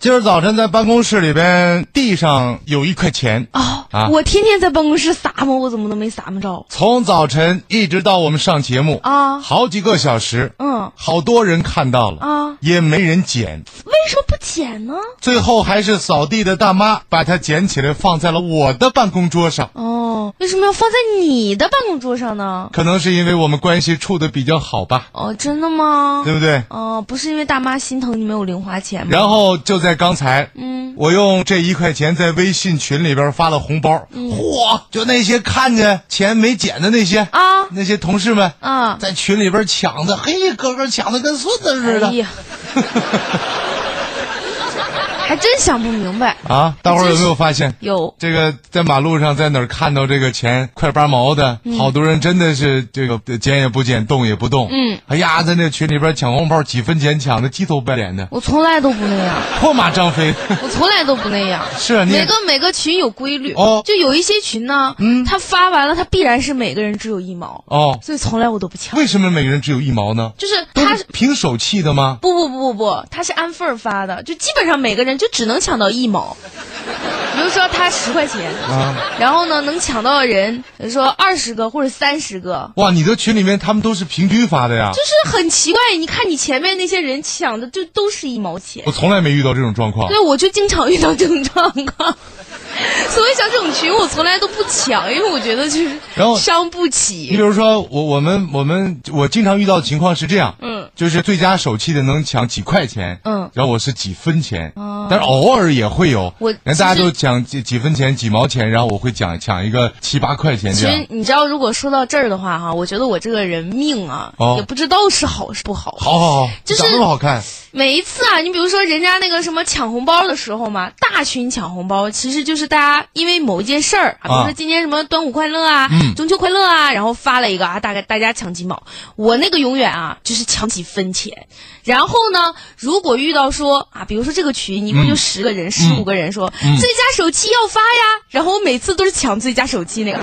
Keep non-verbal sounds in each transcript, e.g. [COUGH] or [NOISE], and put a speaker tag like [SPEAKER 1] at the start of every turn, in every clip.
[SPEAKER 1] 今儿早晨在办公室里边，地上有一块钱，
[SPEAKER 2] 哦，
[SPEAKER 1] 啊
[SPEAKER 2] 我天天在办公室撒嘛，我怎么都没撒嘛着？
[SPEAKER 1] 从早晨一直到我们上节目
[SPEAKER 2] 啊
[SPEAKER 1] 好几个小时，
[SPEAKER 2] 嗯
[SPEAKER 1] 好多人看到了
[SPEAKER 2] 啊，
[SPEAKER 1] 也没人捡，
[SPEAKER 2] 为什么不捡呢？
[SPEAKER 1] 最后还是扫地的大妈把它捡起来放在了我的办公桌上。
[SPEAKER 2] 哦，为什么要放在你的办公桌上呢？
[SPEAKER 1] 可能是因为我们关系处的比较好吧，
[SPEAKER 2] 哦，真的吗
[SPEAKER 1] 对？不对？
[SPEAKER 2] 哦，不是因为大妈心疼你没有零花钱吗？
[SPEAKER 1] 然后就在刚才，
[SPEAKER 2] 嗯，
[SPEAKER 1] 我用这一块钱在微信群里边发了红包，
[SPEAKER 2] 嗯
[SPEAKER 1] 嚯、就那些看着钱没捡的那些
[SPEAKER 2] 啊
[SPEAKER 1] 那些同事们
[SPEAKER 2] 啊
[SPEAKER 1] 在群里边抢的，嘿，哥哥抢的跟孙子似的、[LAUGHS]
[SPEAKER 2] 哎呀，还真想不明白。
[SPEAKER 1] 啊！大伙儿有没有发现？
[SPEAKER 2] 有
[SPEAKER 1] 这个在马路上，在哪儿看到这个钱块八毛的，好多人真的是这个呃捡也不捡，动也不动。
[SPEAKER 2] 嗯，
[SPEAKER 1] 哎呀，在那群里边抢红包，几分钱抢的鸡头白脸的，
[SPEAKER 2] 我从来都不那
[SPEAKER 1] [LAUGHS]
[SPEAKER 2] 样，
[SPEAKER 1] 破马张飞。
[SPEAKER 2] 我从来都不那样。
[SPEAKER 1] 是啊，你也
[SPEAKER 2] 每个每个群有规律，
[SPEAKER 1] 哦
[SPEAKER 2] 就有一些群呢，嗯，他发完了，他必然是每个人只有一毛，
[SPEAKER 1] 哦，
[SPEAKER 2] 所以从来我都不抢。
[SPEAKER 1] 为什么每个人只有一毛呢？
[SPEAKER 2] 就是
[SPEAKER 1] 都
[SPEAKER 2] 他
[SPEAKER 1] 是凭手气的吗？
[SPEAKER 2] 不不不不不，他是按份儿发的，就基本上每个人就只能抢到一毛。比如说他十块钱，
[SPEAKER 1] 啊，
[SPEAKER 2] 然后呢能抢到的人，比如说二十个或者三十个，
[SPEAKER 1] 哇，你的群里面他们都是平均发的呀，
[SPEAKER 2] 就是很奇怪。你看你前面那些人抢的就都是一毛钱
[SPEAKER 1] 我，从来没遇到这种状况。
[SPEAKER 2] 对我就经常遇到这种状况。 [LAUGHS] 所以像这种群我从来都不抢，因为我觉得就是
[SPEAKER 1] 然后
[SPEAKER 2] 伤不
[SPEAKER 1] 你
[SPEAKER 2] 起
[SPEAKER 1] 比。如说，我我们我们我经常遇到的情况是这样，
[SPEAKER 2] 嗯，
[SPEAKER 1] 就是最佳手气的能抢几块钱，
[SPEAKER 2] 嗯哦
[SPEAKER 1] 然后我是几分钱，但是偶尔也会有，
[SPEAKER 2] 我
[SPEAKER 1] 人大家
[SPEAKER 2] 其实
[SPEAKER 1] 都抢几几分钱、几毛钱，然后我会抢抢一个七八块钱
[SPEAKER 2] 其
[SPEAKER 1] 这样
[SPEAKER 2] 实。你知道，如果说到这儿的话，哈，我觉得我这个人命啊，
[SPEAKER 1] 哦
[SPEAKER 2] 也不知道是好是不好。
[SPEAKER 1] 好好好，
[SPEAKER 2] 就是
[SPEAKER 1] 长那么好
[SPEAKER 2] [LAUGHS]
[SPEAKER 1] 看，
[SPEAKER 2] 每一次啊，你比如说人家那个什么抢红包的时候嘛，大群抢红包，其实就是大家因为某一件事儿啊，比如
[SPEAKER 1] 啊嗯
[SPEAKER 2] 说今天什么端午快乐啊、中秋快乐啊，然后发了一个啊，大概大家抢几毛。我那个永远啊，就是抢几分钱。然后呢，如果遇到说啊，比如说这个群一共
[SPEAKER 1] 嗯
[SPEAKER 2] 就十个人、十五、个人说、最佳手气要发呀，然后我每次都是抢最佳手气那个，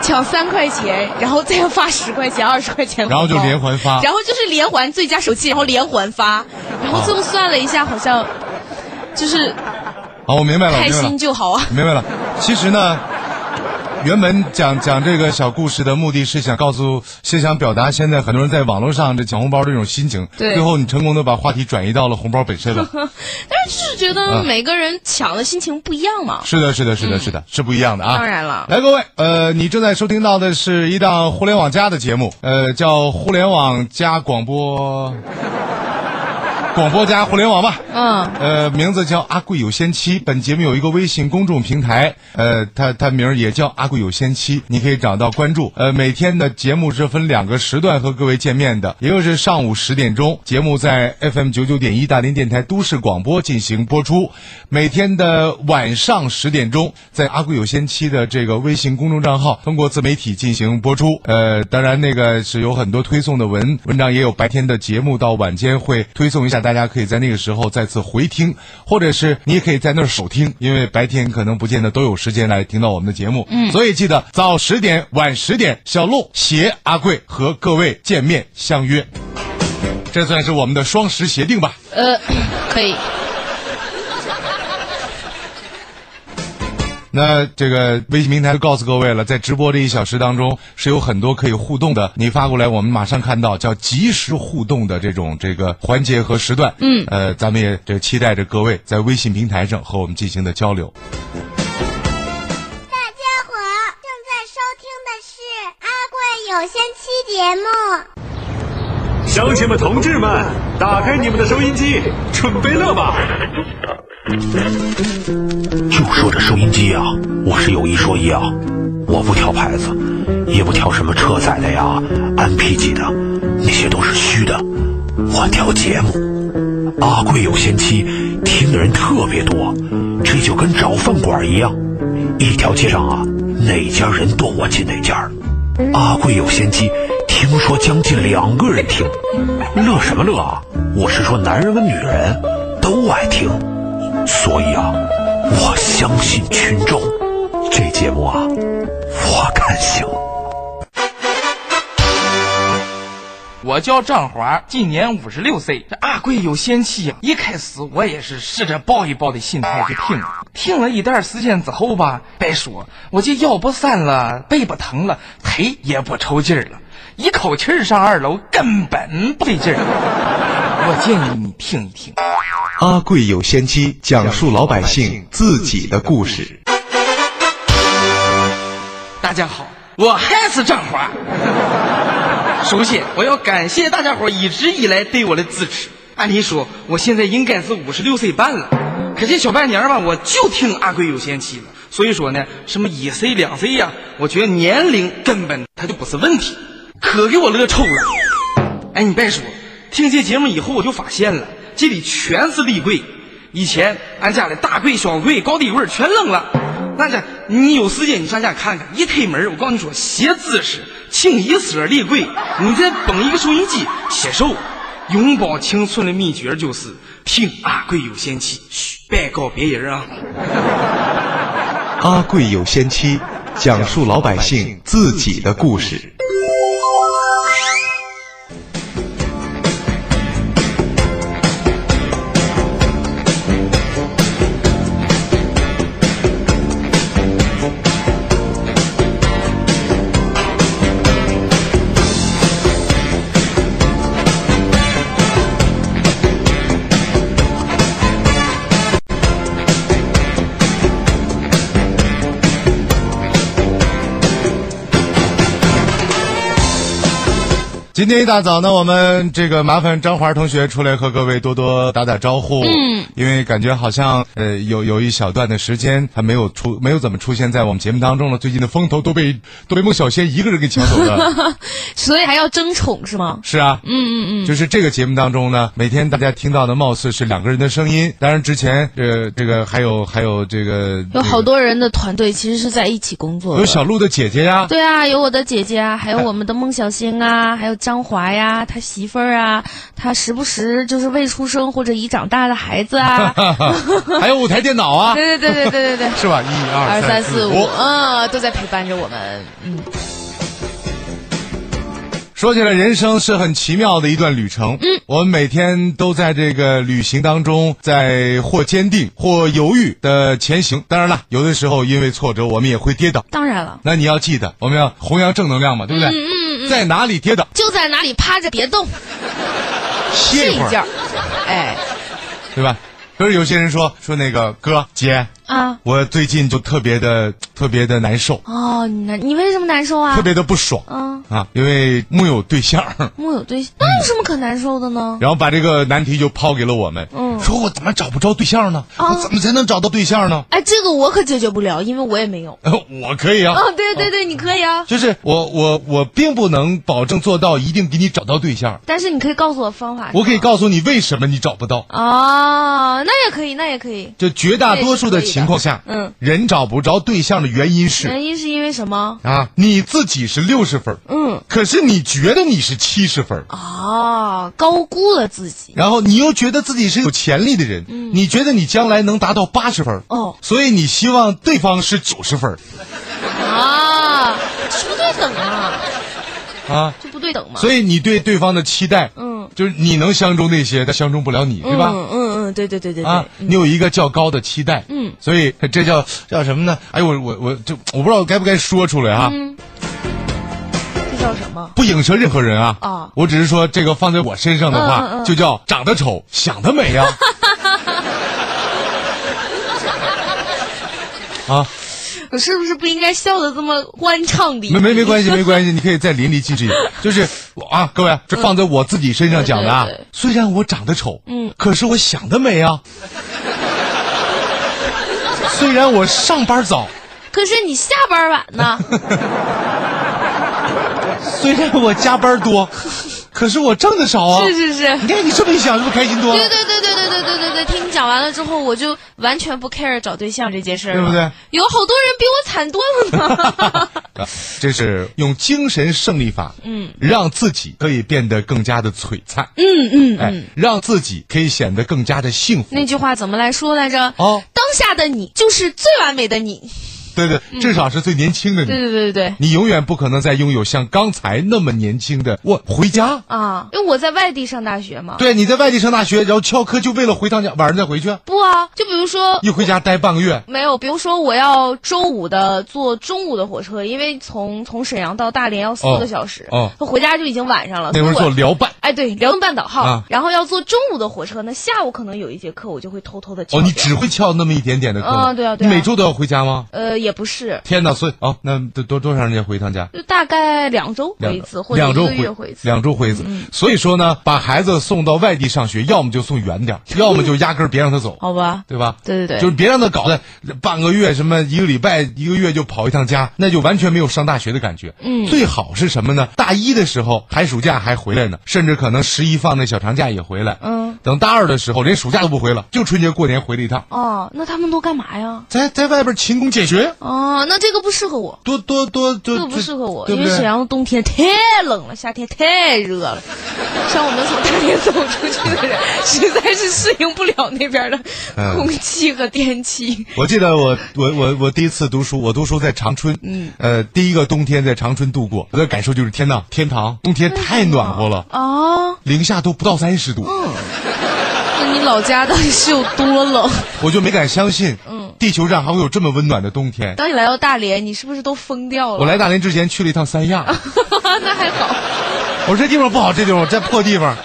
[SPEAKER 2] 抢三块钱，然后再发十块钱、二十块钱红
[SPEAKER 1] 然
[SPEAKER 2] 包，
[SPEAKER 1] 后就连环发，
[SPEAKER 2] 然后就是连环最佳手气，然后连环
[SPEAKER 1] 啊
[SPEAKER 2] 发，然后最后算了一下，好像就是
[SPEAKER 1] 好，我明白了，我
[SPEAKER 2] 开
[SPEAKER 1] 明白了
[SPEAKER 2] 心。就好啊。
[SPEAKER 1] 明白了。其实呢，原本讲讲这个小故事的目的是想告诉，是想表达现在很多人在网络上这抢红包这种心情。
[SPEAKER 2] 对
[SPEAKER 1] 最后你成功的把话题转移到了红包本身
[SPEAKER 2] [LAUGHS]
[SPEAKER 1] 了。
[SPEAKER 2] 但是就是觉
[SPEAKER 1] 啊
[SPEAKER 2] 得每个人抢的心情不一样嘛。
[SPEAKER 1] 是的，是的，是的，是的，是不一样的啊。
[SPEAKER 2] 当然了
[SPEAKER 1] 来，各位，呃，你正在收听到的是一档互联网加的节目，呃，叫互联网加广
[SPEAKER 2] [LAUGHS]
[SPEAKER 1] 播，广播加互联网吧。
[SPEAKER 2] 嗯，
[SPEAKER 1] 呃，名字叫《阿贵有仙妻》，本节目有一个微信公众平台，呃，它它名儿也叫《阿贵有仙妻》，你可以找到关注。呃，每天的节目是分两个时段和各位见面的，一个是上午十点钟，节目在 FM 九九点一大连电台都市广播进行播出；每天的晚上十点钟，在《阿贵有仙妻》的这个微信公众账号，通过自媒体进行播出。呃，当然那个是有很多推送的文文章，也有白天的节目到晚间会推送一下，大家可以在那个时候再次回听，或者是你也可以在那儿首听，因为白天可能不见得都有时间来听到我们的节目。嗯，所以记得早十点、晚十点，小鹿携阿贵和各位见面相约。这算是我们的双十协定吧？
[SPEAKER 2] 呃， [CLEARS THROAT] 可以。
[SPEAKER 1] 那这个微信平台就告诉各位了，在直播这一小时当中是有很多可以互动的，你发过来我们马上看到，叫及时互动的这种这个环节和时段。嗯，呃，咱们也这期待着各位在微信平台上和我们进行的交流。
[SPEAKER 3] 大家好，正在收听的是《阿贵有仙妻》节目。
[SPEAKER 4] 乡亲们、同志们，打开你们的收音机，准备乐吧！
[SPEAKER 5] 就说这收音机啊，我是有一说一啊，我不挑牌子，也不挑什么车载的呀、MP 级的，那些都是虚的，我挑节目。阿贵有仙妻，听的人特别多，这就跟找饭馆一样，一条街上啊，哪家人多我进哪家。阿贵有仙妻，听说将近两个人听，乐什么乐啊？我是说男人跟女人都爱听，所以啊，我相信群众，这节目啊，我看行。
[SPEAKER 6] 我叫张华，今年五十六岁。这阿贵有仙气呀、一开始我也是试着抱一抱的心态去听，听了一段时间之后吧，别说，我这腰不酸了，背不疼了，腿也不抽筋儿了，一口气儿上二楼根本不费劲儿。我建议你听一听。
[SPEAKER 7] 阿
[SPEAKER 1] 啊
[SPEAKER 7] 贵有仙妻讲述老百姓自己的故事。
[SPEAKER 6] 大家好，我还是张华。 [LAUGHS] 首先，我要感谢大家伙一直以来对我的支持。按理说，我现在应该是五十六岁半了，可这小半年吧，我就听阿贵有仙妻了。所以说呢，什么一岁两岁呀、我觉得年龄根本它就不是问题，可给我乐抽了。哎，你别说，听这节目以后，我就发现了，这里全是立柜。以前俺家的大柜、小柜、高低柜全扔了。那家你有时间你上家看看，一推门，我告诉你说，鞋姿势、清一色立柜，你再捧一个收音机，写瘦。永葆青春的秘诀就是听阿贵有仙妻，嘘，别告别人啊。
[SPEAKER 7] 阿
[SPEAKER 1] 啊
[SPEAKER 7] 贵有仙妻讲述老百姓自己的故事。
[SPEAKER 1] 今天一大早呢，我们这个麻烦张华同学出来和各位多多打打招呼。嗯，因为感觉好像呃有有一小段的时间他没有出没有怎么出现在我们节目当中了，最近的风头都被都被孟小仙一个人给抢走了。 [LAUGHS]
[SPEAKER 2] 所以还要争宠是吗？
[SPEAKER 1] 是啊，嗯嗯嗯，就是这个节目当中呢，每天大家听到的貌似是两个人的声音，当然之前呃这个还有还有这个
[SPEAKER 2] 有好多人的团队其实是在一起工作的。
[SPEAKER 1] 有小鹿的姐姐呀、 [LAUGHS]
[SPEAKER 2] 对啊，有我的姐姐啊，还有我们的孟小星啊，还有张华呀，他媳妇儿啊，他时不时就是未出生或者已长大的孩
[SPEAKER 1] [LAUGHS]
[SPEAKER 2] 子啊。
[SPEAKER 1] 还有舞台电脑 [LAUGHS] 啊，
[SPEAKER 2] 对对对对对对对，
[SPEAKER 1] 是吧？一二
[SPEAKER 2] 二三四五
[SPEAKER 1] 五，，
[SPEAKER 2] 嗯，都在陪伴着我们。
[SPEAKER 1] 说起来，人生是很奇妙的一段旅程。嗯，我们每天都在这个旅行当中，在或坚定或犹豫的前行。当然了，有的时候因为挫折，我们也会跌倒。
[SPEAKER 2] 当然了，
[SPEAKER 1] 那你要记得，我们要弘扬正能量嘛，对不对？嗯嗯在哪里跌倒，
[SPEAKER 2] 就在哪里趴着别动，
[SPEAKER 1] 歇
[SPEAKER 2] 睡
[SPEAKER 1] 一会
[SPEAKER 2] 一
[SPEAKER 1] 儿，
[SPEAKER 2] 觉，哎
[SPEAKER 1] 对吧？可是有些人说说那个哥姐，
[SPEAKER 2] 啊
[SPEAKER 1] 我最近就特别的特别的难受，
[SPEAKER 2] 哦，你难你为什么难受啊
[SPEAKER 1] 特？别的不爽
[SPEAKER 2] 嗯
[SPEAKER 1] 啊，因为木有对象。
[SPEAKER 2] 木有对象，那有什么可难受的呢？
[SPEAKER 1] 然后把这个难题就抛给了我们，
[SPEAKER 2] 嗯
[SPEAKER 1] 说我怎么找不着对象呢？我怎么才能找到对象呢？
[SPEAKER 2] 哎，这个我可解决不了，因为我也没有。
[SPEAKER 1] 我可以啊，
[SPEAKER 2] 哦，对对对，你可以啊，
[SPEAKER 1] 就是我我我并不能保证做到一定给你找到对象，
[SPEAKER 2] 但是你可以告诉我方法。
[SPEAKER 1] 我可以告诉你为什么你找不到。
[SPEAKER 2] 哦，那也可以，那也可以。
[SPEAKER 1] 就绝大多数的情况下，
[SPEAKER 2] 对是可以的嗯，
[SPEAKER 1] 人找不着对象的原因是
[SPEAKER 2] 原因是因为什么？
[SPEAKER 1] 啊，你自己是六十分，
[SPEAKER 2] 嗯，
[SPEAKER 1] 可是你觉得你是七十分，
[SPEAKER 2] 哦，高估了自己。
[SPEAKER 1] 然后你又觉得自己是有潜力的人，你觉得你将来能达到八十分，
[SPEAKER 2] 嗯哦，
[SPEAKER 1] 所以你希望对方是九十分
[SPEAKER 2] 啊，这不对等啊，
[SPEAKER 1] 啊。
[SPEAKER 2] 这不对等嘛。
[SPEAKER 1] 所以你对对方的期待，
[SPEAKER 2] 嗯，
[SPEAKER 1] 就是你能相中那些，他相中不了你，对吧？
[SPEAKER 2] 嗯嗯嗯，对对对对
[SPEAKER 1] 啊
[SPEAKER 2] 对，，
[SPEAKER 1] 你有一个较高的期待，
[SPEAKER 2] 嗯，
[SPEAKER 1] 所以这叫叫什么呢？哎呦，我我我就我不知道该不该说出来啊，
[SPEAKER 2] 嗯这叫什么？
[SPEAKER 1] 不影射任何人啊，
[SPEAKER 2] 哦
[SPEAKER 1] 我只是说这个放在我身上的话，
[SPEAKER 2] 嗯嗯嗯
[SPEAKER 1] 就叫长得丑，想得
[SPEAKER 2] [LAUGHS]
[SPEAKER 1] 美呀、啊。
[SPEAKER 2] 我是不是不应该笑的这么欢畅的？
[SPEAKER 1] 没没没关系，没关系，你可以再淋漓尽
[SPEAKER 2] [LAUGHS]
[SPEAKER 1] 致一点。就是我啊，各位，这放在我自己身上讲的啊。
[SPEAKER 2] 对对对
[SPEAKER 1] 虽然我长得丑，
[SPEAKER 2] 嗯，
[SPEAKER 1] 可是我想得美啊。虽然我上班早，
[SPEAKER 2] 可是你下班晚呢，
[SPEAKER 1] 虽然我加班多，可是我挣的少啊。
[SPEAKER 2] 是是是。
[SPEAKER 1] 你看你这么一想，是不是开心多了啊
[SPEAKER 2] 对？对对对对对对对对，听你讲完了之后，我就完全不 care 找对象这件事儿了，
[SPEAKER 1] 对不对？
[SPEAKER 2] 有好多人比我惨多
[SPEAKER 1] [LAUGHS]
[SPEAKER 2] 了呢。
[SPEAKER 1] 啊这是用精神胜利法，嗯，让自己可以变得更加的璀璨，嗯嗯，哎，让自己可以显得更加的幸福。
[SPEAKER 2] 那句话怎么来说来着？
[SPEAKER 1] 哦
[SPEAKER 2] 当下的你就是最完美的你。
[SPEAKER 1] 对对，至少是最年轻的你。
[SPEAKER 2] 嗯对对对对对。
[SPEAKER 1] 你永远不可能再拥有像刚才那么年轻的我回家。
[SPEAKER 2] 啊，因为我在外地上大学嘛。
[SPEAKER 1] 对，你在外地上大学，然后翘课就为了回趟家，晚上再回去，
[SPEAKER 2] 不啊，就比如说
[SPEAKER 1] 一回家待半个月。
[SPEAKER 2] 没有，比如说我要周五的坐中午的火车，因为从从沈阳到大连要四
[SPEAKER 1] 哦
[SPEAKER 2] 个小时，
[SPEAKER 1] 哦
[SPEAKER 2] 回家就已经晚上了。
[SPEAKER 1] 那会儿
[SPEAKER 2] 所以
[SPEAKER 1] 坐
[SPEAKER 2] 我
[SPEAKER 1] 辽办，
[SPEAKER 2] 哎，对，辽东半岛号，
[SPEAKER 1] 啊
[SPEAKER 2] 然后要坐中午的火车，那下午可能有一节课，我就会偷偷的
[SPEAKER 1] 哦，你只会翘那么一点点的课吗。
[SPEAKER 2] 啊对啊对啊
[SPEAKER 1] 你每周都要回家吗？
[SPEAKER 2] 呃也不是，
[SPEAKER 1] 天哪，所以哦，那多多多长时间回一趟家？
[SPEAKER 2] 就大概两周
[SPEAKER 1] 两
[SPEAKER 2] 回一次，或者
[SPEAKER 1] 两
[SPEAKER 2] 一
[SPEAKER 1] 周
[SPEAKER 2] 个月回一次。嗯
[SPEAKER 1] 两周回一次。所以说呢，把孩子送到外地上学，要么就送远点儿，要么就压根儿别让他走，
[SPEAKER 2] 好吧，
[SPEAKER 1] 对吧？
[SPEAKER 2] 对对对
[SPEAKER 1] 就是别让他搞得半个月什么一个礼拜一个月就跑一趟家，那就完全没有上大学的感觉。嗯，最好是什么呢？大一的时候寒暑假还回来呢，甚至可能十一放那小长假也回来。
[SPEAKER 2] 嗯，
[SPEAKER 1] 等大二的时候连暑假都不回了，就春节过年回了一趟，
[SPEAKER 2] 哦，那他们都干嘛呀？
[SPEAKER 1] 在在外边勤工俭学，
[SPEAKER 2] 哦，那这个不适合我，
[SPEAKER 1] 多多多
[SPEAKER 2] 这
[SPEAKER 1] 多
[SPEAKER 2] 个不适合我，
[SPEAKER 1] 对
[SPEAKER 2] 因
[SPEAKER 1] 不
[SPEAKER 2] 为
[SPEAKER 1] 对
[SPEAKER 2] 啊沈阳的冬天太冷了，夏天太热了。像我们从大连走出去的人，实在是适应不了那边的
[SPEAKER 1] 嗯
[SPEAKER 2] 空气和天气。
[SPEAKER 1] 我记得我我我我第一次读书，我读书在长春，嗯，呃，第一个冬天在长春度过，我的感受就是天呐，天堂，冬天太暖和了，
[SPEAKER 2] 啊，
[SPEAKER 1] 零下都不到三十度，
[SPEAKER 2] 那你老家到底是有多冷？
[SPEAKER 1] 我就没敢相信，嗯，地球上还会有这么温暖的冬天。
[SPEAKER 2] 当你来到大连，你是不是都疯掉
[SPEAKER 1] 我
[SPEAKER 2] 了？
[SPEAKER 1] 来大连之前去了一趟三 [LAUGHS] 亚，
[SPEAKER 2] [LAUGHS] 那还好，
[SPEAKER 1] 我说这地方不好，这地方这破地方，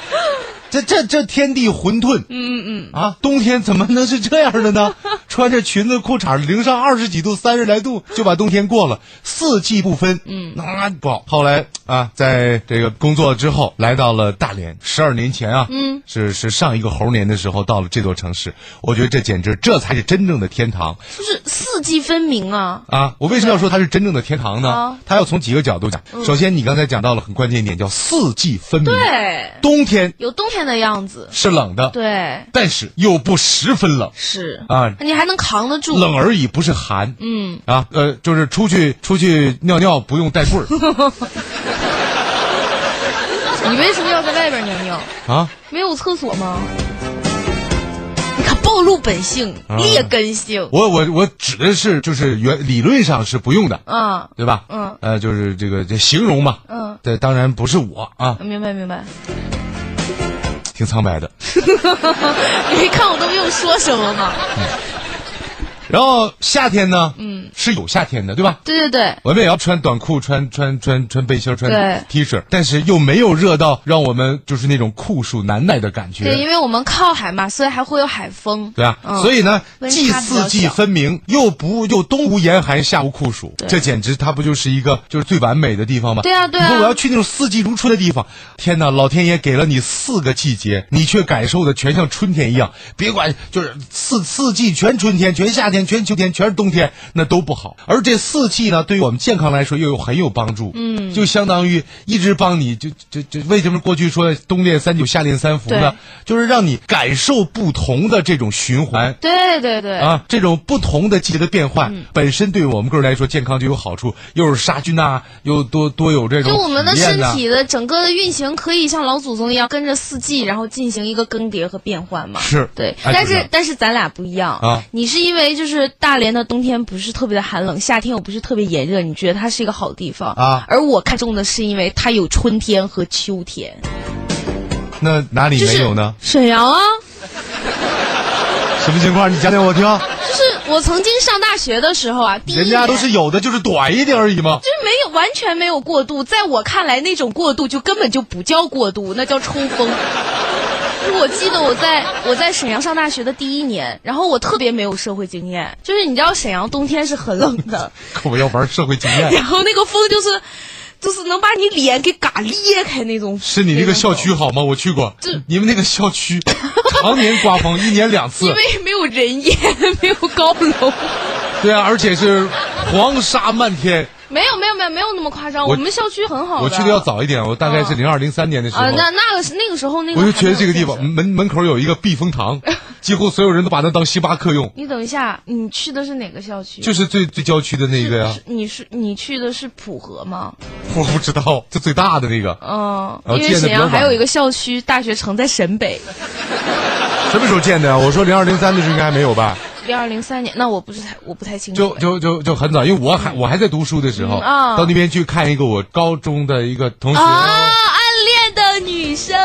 [SPEAKER 1] 这这这天地混沌，嗯嗯啊，冬天怎么能是这样的呢？穿着裙子裤衩，零上二十几度、三十来度就把冬天过了，四季不分，嗯，那不好。后来啊，在这个工作之后，来到了大连，十二年前啊，嗯，是是上一个猴年的时候到了这座城市，我觉得这简直这才是真正的天堂。
[SPEAKER 2] 就是四季分明啊。
[SPEAKER 1] 啊，我为什么要说它是真正的天堂呢
[SPEAKER 2] 啊？
[SPEAKER 1] 它要从几个角度讲。首先，你刚才讲到了很关键一点，叫四季分明。，
[SPEAKER 2] 嗯对，
[SPEAKER 1] 冬天
[SPEAKER 2] 有冬天的样子。
[SPEAKER 1] 是冷的，
[SPEAKER 2] 对，
[SPEAKER 1] 但是又不十分冷
[SPEAKER 2] 是，
[SPEAKER 1] 啊，
[SPEAKER 2] 你还能扛得住。
[SPEAKER 1] 冷而已，不是寒。
[SPEAKER 2] 嗯，
[SPEAKER 1] 啊，呃，就是出去出去尿尿不用带棍儿
[SPEAKER 2] [LAUGHS] 你为什么要在外边尿尿？
[SPEAKER 1] 啊，
[SPEAKER 2] 没有厕所吗？你看暴露本性，劣根性
[SPEAKER 1] 啊我我我指的是就是原理论上是不用的，
[SPEAKER 2] 啊！
[SPEAKER 1] 对吧？
[SPEAKER 2] 嗯，
[SPEAKER 1] 呃，就是这个这形容嘛。
[SPEAKER 2] 嗯，
[SPEAKER 1] 对，当然不是我啊，
[SPEAKER 2] 明白明白， [LAUGHS]
[SPEAKER 1] 挺苍白的。
[SPEAKER 2] 你没看我都没有说什么嘛。
[SPEAKER 1] 然后夏天呢，嗯，是有夏天的，对吧？
[SPEAKER 2] 对对对，
[SPEAKER 1] 我们也要穿短裤、穿穿穿穿背心儿、穿
[SPEAKER 2] 对
[SPEAKER 1] T 恤，但是又没有热到让我们就是那种酷暑难耐的感
[SPEAKER 2] 对，因
[SPEAKER 1] 觉，
[SPEAKER 2] 为我们靠海嘛，所以还会有海风。
[SPEAKER 1] 对吧？
[SPEAKER 2] 嗯
[SPEAKER 1] 所以呢，
[SPEAKER 2] 温差
[SPEAKER 1] 既
[SPEAKER 2] 比较
[SPEAKER 1] 四季
[SPEAKER 2] 小
[SPEAKER 1] 分明，又不又冬无严寒，夏无酷暑，这简直它不就是一个就是最完美的地方吗？
[SPEAKER 2] 对啊对啊
[SPEAKER 1] 你说我要去那种四季如春的地方，天哪！老天爷给了你四个季节，你却感受的全像春天一样，别管就是四四季全春天、全夏天、全秋天、全是冬天，那都不好。而这四季呢，对于我们健康来说又有很有帮助。嗯，就相当于一直帮你就就就为什么过去说冬练三九夏练三伏呢
[SPEAKER 2] 对？
[SPEAKER 1] 就是让你感受不同的这种循环。
[SPEAKER 2] 对对对，嗯
[SPEAKER 1] 啊，这种不同的季节的变换，本身对我们个人来说健康就有好处，又是杀菌呐、又多多有这种
[SPEAKER 2] 就我们的
[SPEAKER 1] 体验
[SPEAKER 2] 身
[SPEAKER 1] 呐
[SPEAKER 2] 体的整个的运行，可以像老祖宗一样跟着四季，然后进行一个更迭和变换嘛。
[SPEAKER 1] 是
[SPEAKER 2] 对，
[SPEAKER 1] 哎
[SPEAKER 2] 但
[SPEAKER 1] 是的
[SPEAKER 2] 是但是咱俩不一样
[SPEAKER 1] 啊
[SPEAKER 2] 你是因为就是大连的冬天不是特别的寒冷，夏天又不是特别炎热，你觉得它是一个好地方
[SPEAKER 1] 啊
[SPEAKER 2] 而我看中的是因为它有春天和秋天，
[SPEAKER 1] 那哪里
[SPEAKER 2] 就
[SPEAKER 1] 没
[SPEAKER 2] 是
[SPEAKER 1] 有呢？
[SPEAKER 2] 沈阳啊，
[SPEAKER 1] 什么情况？你讲讲我听。
[SPEAKER 2] 就是我曾经上大学的时候啊，第一
[SPEAKER 1] 人家都
[SPEAKER 2] 年
[SPEAKER 1] 是有的，就是短一点而已
[SPEAKER 2] [LAUGHS]
[SPEAKER 1] 嘛。
[SPEAKER 2] 就是没有完全没有过度，在我看来，那种过度就根本就不叫过度，那叫抽风。就是我记得我在我在沈阳上大学的第一年，然后我特别没有社会经验，就是你知道沈阳冬天是很冷 [LAUGHS] 的，
[SPEAKER 1] 可我要玩社会经验。
[SPEAKER 2] 然后那个风就是就是能把你脸给嘎裂开那种。
[SPEAKER 1] 是你那个校区好吗？我去过，你们那个校区常年刮
[SPEAKER 2] [LAUGHS]
[SPEAKER 1] 风，一年两
[SPEAKER 2] 因
[SPEAKER 1] 次。
[SPEAKER 2] 为没有人烟，没有高楼，
[SPEAKER 1] 对啊，而且是黄沙漫天。
[SPEAKER 2] 没有没有没有没有那么夸张。
[SPEAKER 1] 我
[SPEAKER 2] 我们校区很好的，
[SPEAKER 1] 我去的要早一点，我大概是零二零三年的时候。
[SPEAKER 2] 啊，那那个是那个时候那个
[SPEAKER 1] 我就
[SPEAKER 2] 还
[SPEAKER 1] 觉得
[SPEAKER 2] 没有
[SPEAKER 1] 这个地
[SPEAKER 2] 建设
[SPEAKER 1] 方门门口有一个避风
[SPEAKER 2] [LAUGHS]
[SPEAKER 1] 塘，几乎所有人都把它当星巴克用，
[SPEAKER 2] 你等一下，你去的是哪个校区？
[SPEAKER 1] 就是最最郊区的那个呀、
[SPEAKER 2] [LAUGHS] 是你是你去的是浦河吗？
[SPEAKER 1] 我不知道，就最大的那个，
[SPEAKER 2] 嗯，
[SPEAKER 1] 哦
[SPEAKER 2] 因为
[SPEAKER 1] 建得
[SPEAKER 2] 沈
[SPEAKER 1] 比较
[SPEAKER 2] 阳还
[SPEAKER 1] 晚
[SPEAKER 2] 有一个校区，大学城在沈北。
[SPEAKER 1] 什么时候建的呀？我说零二零三的时候应该还没有吧？
[SPEAKER 2] 一二零三年，那我不是太我不太清楚
[SPEAKER 1] 就
[SPEAKER 2] 了。
[SPEAKER 1] 就就就很早，因为我还我还在读书的时候，
[SPEAKER 2] 嗯啊
[SPEAKER 1] 到那边去看一个我高中的一个同学，
[SPEAKER 2] 啊，暗恋的女生，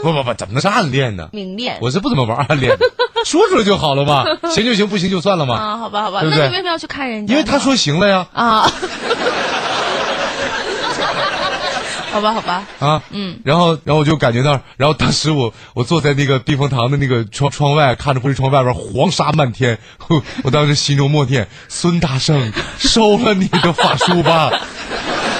[SPEAKER 1] 不不不，怎么能是暗恋呢？
[SPEAKER 2] 明恋
[SPEAKER 1] 我是不怎么玩暗恋的，说出来就好了
[SPEAKER 2] [LAUGHS]
[SPEAKER 1] 嘛，行就行，不行就算了嘛。
[SPEAKER 2] 啊，好吧好吧，
[SPEAKER 1] 对不
[SPEAKER 2] 那
[SPEAKER 1] 对
[SPEAKER 2] 你为什么要去看人家
[SPEAKER 1] 因
[SPEAKER 2] 呢？
[SPEAKER 1] 为他说行了呀， [LAUGHS]
[SPEAKER 2] 啊，好吧好吧，
[SPEAKER 1] 啊，嗯，然后，然后我就感觉到，然后当时我我坐在那个避风塘的那个窗窗外，看着玻璃窗外边黄沙漫天，我我当时心中默念：孙大圣，收了你的法术
[SPEAKER 2] [LAUGHS]
[SPEAKER 1] 吧，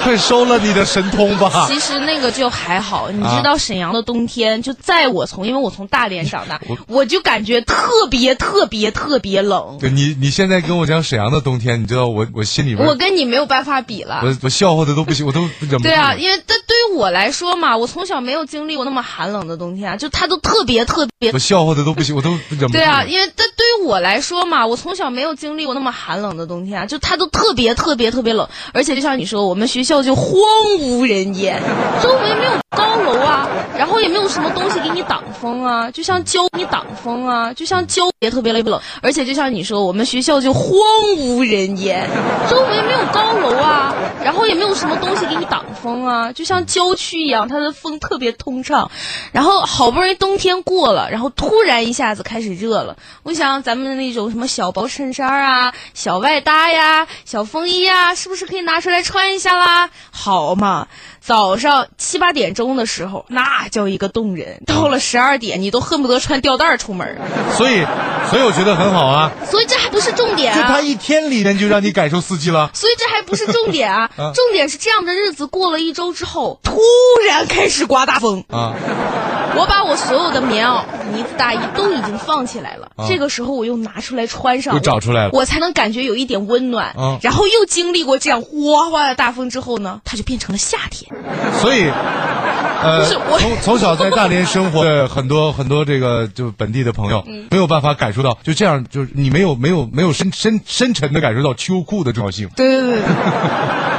[SPEAKER 1] 快收了你的神通吧。
[SPEAKER 2] 其实那个就还好，你
[SPEAKER 1] 啊
[SPEAKER 2] 知道沈阳的冬天，就在我从因为我从大连长大
[SPEAKER 1] 我，
[SPEAKER 2] 我就感觉特别特别特别冷，
[SPEAKER 1] 对你，你现在跟我讲沈阳的冬天，你知道我我心里边，
[SPEAKER 2] 我
[SPEAKER 1] 我
[SPEAKER 2] 跟你没有办法比了。
[SPEAKER 1] 我笑话的都不行，我都忍不住。
[SPEAKER 2] 对啊，因为但对于我来说嘛，我从小没有经历过那么寒冷的冬天啊，就它都特别特别
[SPEAKER 1] 我笑话的都不行，我都忍不住。
[SPEAKER 2] 对啊，因为但对于我来说嘛，我从小没有经历过那么寒冷的冬天啊，就它都特别特别特别冷，而且就像你说，我们学校就荒无人烟，周围没有高楼啊，然后也没有什么东西给你挡风啊，就像胶你挡风啊，就像胶也特别特别冷，而且就像你说，我们学校就荒无人烟，周围没有高楼啊，然后也没有什么东西给你挡风啊，就像郊区一样，它的风特别通畅。然后好不容易冬天过了，然后突然一下子开始热了。我想咱们的那种什么小薄衬衫啊、小外搭呀、小风衣呀，是不是可以拿出来穿一下啦？好嘛，早上七八点钟的时候，那叫一个冻人。到了十二点，你都恨不得穿吊带儿出门儿。啊
[SPEAKER 1] 所以所以我觉得很好啊，
[SPEAKER 2] 所以这还不是重点
[SPEAKER 1] 就他
[SPEAKER 2] 啊。
[SPEAKER 1] 一天里面就让你感受四季了。
[SPEAKER 2] 所以这还不是重
[SPEAKER 1] [LAUGHS]
[SPEAKER 2] 点啊，
[SPEAKER 1] 啊
[SPEAKER 2] 重点是这样的日子过了一周之后，突然开始刮大风。
[SPEAKER 1] 啊，
[SPEAKER 2] 我把我所有的棉袄、呢子、大衣都已经放起来了，
[SPEAKER 1] 啊
[SPEAKER 2] 这个时候我又拿出来穿上，
[SPEAKER 1] 又找出来了
[SPEAKER 2] 我才能感觉有一点温暖。
[SPEAKER 1] 嗯
[SPEAKER 2] 然后又经历过这样哗哗的大风之后呢，它就变成了夏天。
[SPEAKER 1] 所以，呃
[SPEAKER 2] 不是我，
[SPEAKER 1] 从从小在大连生活 [LAUGHS] 的很多很多这个就本地的朋友，
[SPEAKER 2] 嗯
[SPEAKER 1] 没有办法感受到，就这样，就是你没有没有没有深深深沉的感受到秋裤的重要性。
[SPEAKER 2] 对对对，